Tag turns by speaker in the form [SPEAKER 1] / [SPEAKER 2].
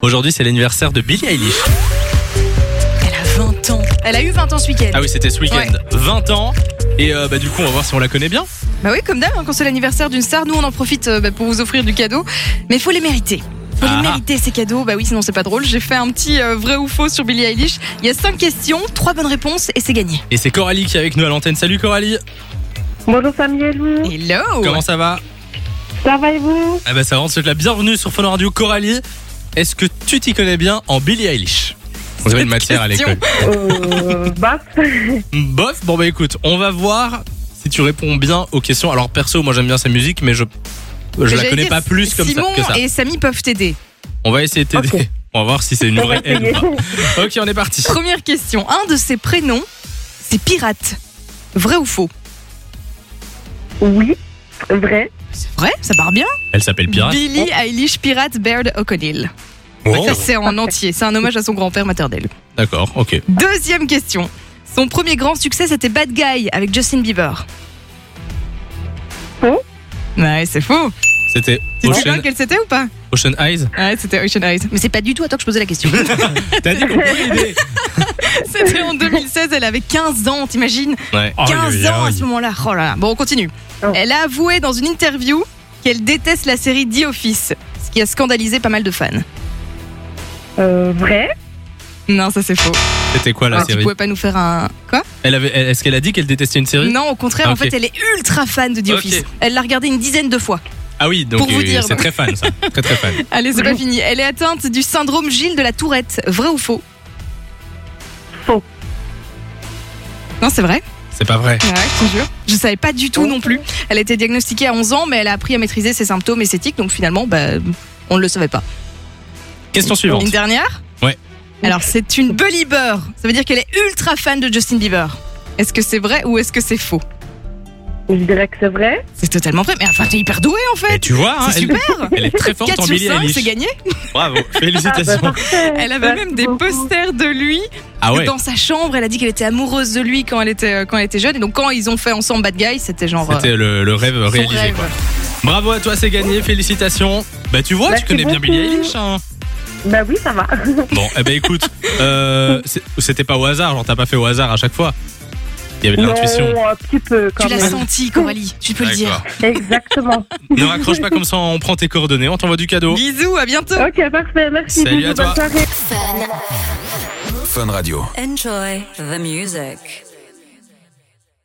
[SPEAKER 1] Aujourd'hui, c'est l'anniversaire de Billie Eilish.
[SPEAKER 2] Elle a 20 ans. Elle a eu 20 ans ce week-end.
[SPEAKER 1] Ah oui, c'était ce week-end.
[SPEAKER 2] Ouais.
[SPEAKER 1] 20 ans. Et euh, bah, du coup, on va voir si on la connaît bien.
[SPEAKER 2] Bah oui, comme d'hab, hein, quand c'est l'anniversaire d'une star, nous on en profite euh, bah, pour vous offrir du cadeau. Mais faut les mériter. Faut
[SPEAKER 1] Ah.
[SPEAKER 2] les mériter ces cadeaux. Bah oui, sinon c'est pas drôle. J'ai fait un petit euh, vrai ou faux sur Billie Eilish. Il y a 5 questions, 3 bonnes réponses et c'est gagné.
[SPEAKER 1] Et c'est Coralie qui est avec nous à l'antenne. Salut Coralie.
[SPEAKER 3] Bonjour Samuel,
[SPEAKER 2] Hello
[SPEAKER 1] Comment ça va
[SPEAKER 3] ça va et vous
[SPEAKER 1] Ah bah ça va, on te souhaite la bienvenue sur Fun Radio Coralie. Est-ce que tu t'y connais bien en Billie Eilish Vous avez une matière à
[SPEAKER 2] question.
[SPEAKER 1] l'école.
[SPEAKER 3] euh, Baf
[SPEAKER 1] Bof, bon bah écoute, on va voir si tu réponds bien aux questions. Alors perso, moi j'aime bien sa musique, mais je je la
[SPEAKER 2] Bah, J'allais
[SPEAKER 1] connais
[SPEAKER 2] dire,
[SPEAKER 1] pas plus comme ça
[SPEAKER 2] Simon
[SPEAKER 1] que ça.
[SPEAKER 2] et Samy peuvent t'aider.
[SPEAKER 1] On va essayer de t'aider.
[SPEAKER 3] Ok.
[SPEAKER 1] On va voir si c'est une
[SPEAKER 3] On va
[SPEAKER 1] vraie aide
[SPEAKER 3] essayer.
[SPEAKER 1] ou pas. Ok, on est parti.
[SPEAKER 2] Première question. Un de ses prénoms, c'est Pirate. Vrai ou faux
[SPEAKER 3] Oui, vrai.
[SPEAKER 2] C'est vrai, ça part bien.
[SPEAKER 1] Elle s'appelle Pirate.
[SPEAKER 2] Billie Eilish Pirate Baird O'Connell.
[SPEAKER 1] Oh,
[SPEAKER 2] Ça c'est en entier. C'est un hommage à son grand-père maternel.
[SPEAKER 1] D'accord, ok.
[SPEAKER 2] Deuxième question. Son premier grand succès, c'était Bad Guy avec Justin Bieber.
[SPEAKER 3] Faux.
[SPEAKER 2] Ouais, c'est faux.
[SPEAKER 1] C'était
[SPEAKER 2] Tu te souviens
[SPEAKER 1] Ocean,
[SPEAKER 2] lequel c'était ou pas
[SPEAKER 1] Ocean Eyes.
[SPEAKER 2] Ouais, c'était Ocean Eyes. Mais c'est pas du tout à toi que je posais la question.
[SPEAKER 1] T'as dit qu'on pouvait aider.
[SPEAKER 2] c'était en 2016, elle avait 15 ans, t'imagines
[SPEAKER 1] Ouais.
[SPEAKER 2] 15
[SPEAKER 1] Aïe, aïe,
[SPEAKER 2] ans à
[SPEAKER 1] aïe.
[SPEAKER 2] ce moment-là. Oh là là. Bon, on continue.
[SPEAKER 3] Oh.
[SPEAKER 2] Elle a avoué dans une interview qu'elle déteste la série The Office, ce qui a scandalisé pas mal de fans.
[SPEAKER 3] Euh, vrai
[SPEAKER 2] Non, ça c'est faux.
[SPEAKER 1] C'était quoi la
[SPEAKER 2] Alors, Ah, tu
[SPEAKER 1] série
[SPEAKER 2] pouvais pas nous faire un. Quoi
[SPEAKER 1] Elle avait, elle- Est-ce qu'elle a dit qu'elle détestait une série
[SPEAKER 2] Non, au contraire,
[SPEAKER 1] Ah,
[SPEAKER 2] en
[SPEAKER 1] ok.
[SPEAKER 2] fait, elle est ultra fan de The
[SPEAKER 1] Ok.
[SPEAKER 2] Office. Elle l'a regardée une dizaine de fois.
[SPEAKER 1] Ah oui, donc
[SPEAKER 2] Pour vous
[SPEAKER 1] euh,
[SPEAKER 2] dire,
[SPEAKER 1] c'est
[SPEAKER 2] bah.
[SPEAKER 1] très fan ça. Très très fan.
[SPEAKER 2] Allez, c'est pas fini. Elle est atteinte du syndrome Gilles de la Tourette. Vrai ou faux
[SPEAKER 3] Faux.
[SPEAKER 2] Non, c'est vrai.
[SPEAKER 1] C'est pas vrai.
[SPEAKER 2] Ouais, je te jure. Je savais pas du tout non plus. Elle a été diagnostiquée à 11 ans, mais elle a appris à maîtriser ses symptômes et ses tics, donc finalement, bah, on ne le savait pas.
[SPEAKER 1] Question suivante.
[SPEAKER 2] Une dernière
[SPEAKER 1] Ouais.
[SPEAKER 2] Alors, c'est une belieber. Ça veut dire qu'elle est ultra fan de Justin Bieber. Est-ce que c'est vrai ou est-ce que c'est faux
[SPEAKER 3] Je dirais que c'est vrai.
[SPEAKER 2] C'est totalement vrai. Mais enfin, t'es hyper douée en
[SPEAKER 1] Et
[SPEAKER 2] fait.
[SPEAKER 1] tu vois, hein,
[SPEAKER 2] C'est
[SPEAKER 1] elle,
[SPEAKER 2] super.
[SPEAKER 1] elle est très forte
[SPEAKER 2] 4
[SPEAKER 1] en
[SPEAKER 2] sur
[SPEAKER 1] Billie
[SPEAKER 2] 5, c'est
[SPEAKER 1] Eilish.
[SPEAKER 2] gagné.
[SPEAKER 1] Bravo,
[SPEAKER 3] Ah, bah,
[SPEAKER 1] félicitations.
[SPEAKER 3] parfait.
[SPEAKER 2] Elle avait
[SPEAKER 3] Merci
[SPEAKER 2] même des
[SPEAKER 3] beaucoup.
[SPEAKER 2] posters de lui
[SPEAKER 1] Ah ouais,
[SPEAKER 2] dans sa chambre. Elle a dit qu'elle était amoureuse de lui quand elle était, euh, quand elle était jeune. Et donc, quand ils ont fait ensemble Bad Guy, c'était genre. euh,
[SPEAKER 1] c'était le, le rêve
[SPEAKER 2] son
[SPEAKER 1] réalisé.
[SPEAKER 2] rêve.
[SPEAKER 1] Quoi. Bravo à toi, c'est gagné, félicitations. Bah tu vois,
[SPEAKER 3] Merci
[SPEAKER 1] tu connais bien
[SPEAKER 3] beaucoup.
[SPEAKER 1] Billie Eilish. hein.
[SPEAKER 3] Bah oui, ça va.
[SPEAKER 1] Bon, eh ben écoute, euh, c'est- c'était pas au hasard, genre t'as pas fait au hasard à chaque fois. Il y avait de l'intuition.
[SPEAKER 3] Non, un petit peu quand
[SPEAKER 2] Tu l'as
[SPEAKER 3] même.
[SPEAKER 2] senti, Coralie. Tu peux le dire.
[SPEAKER 1] D'accord.
[SPEAKER 3] Exactement.
[SPEAKER 1] Ne raccroche pas comme ça, on prend tes coordonnées, on t'envoie du cadeau.
[SPEAKER 2] Bisous, à bientôt.
[SPEAKER 3] ok, parfait. Merci.
[SPEAKER 1] Salut à
[SPEAKER 3] bisous, bonne
[SPEAKER 1] toi.
[SPEAKER 3] soirée.
[SPEAKER 4] Enjoy the music.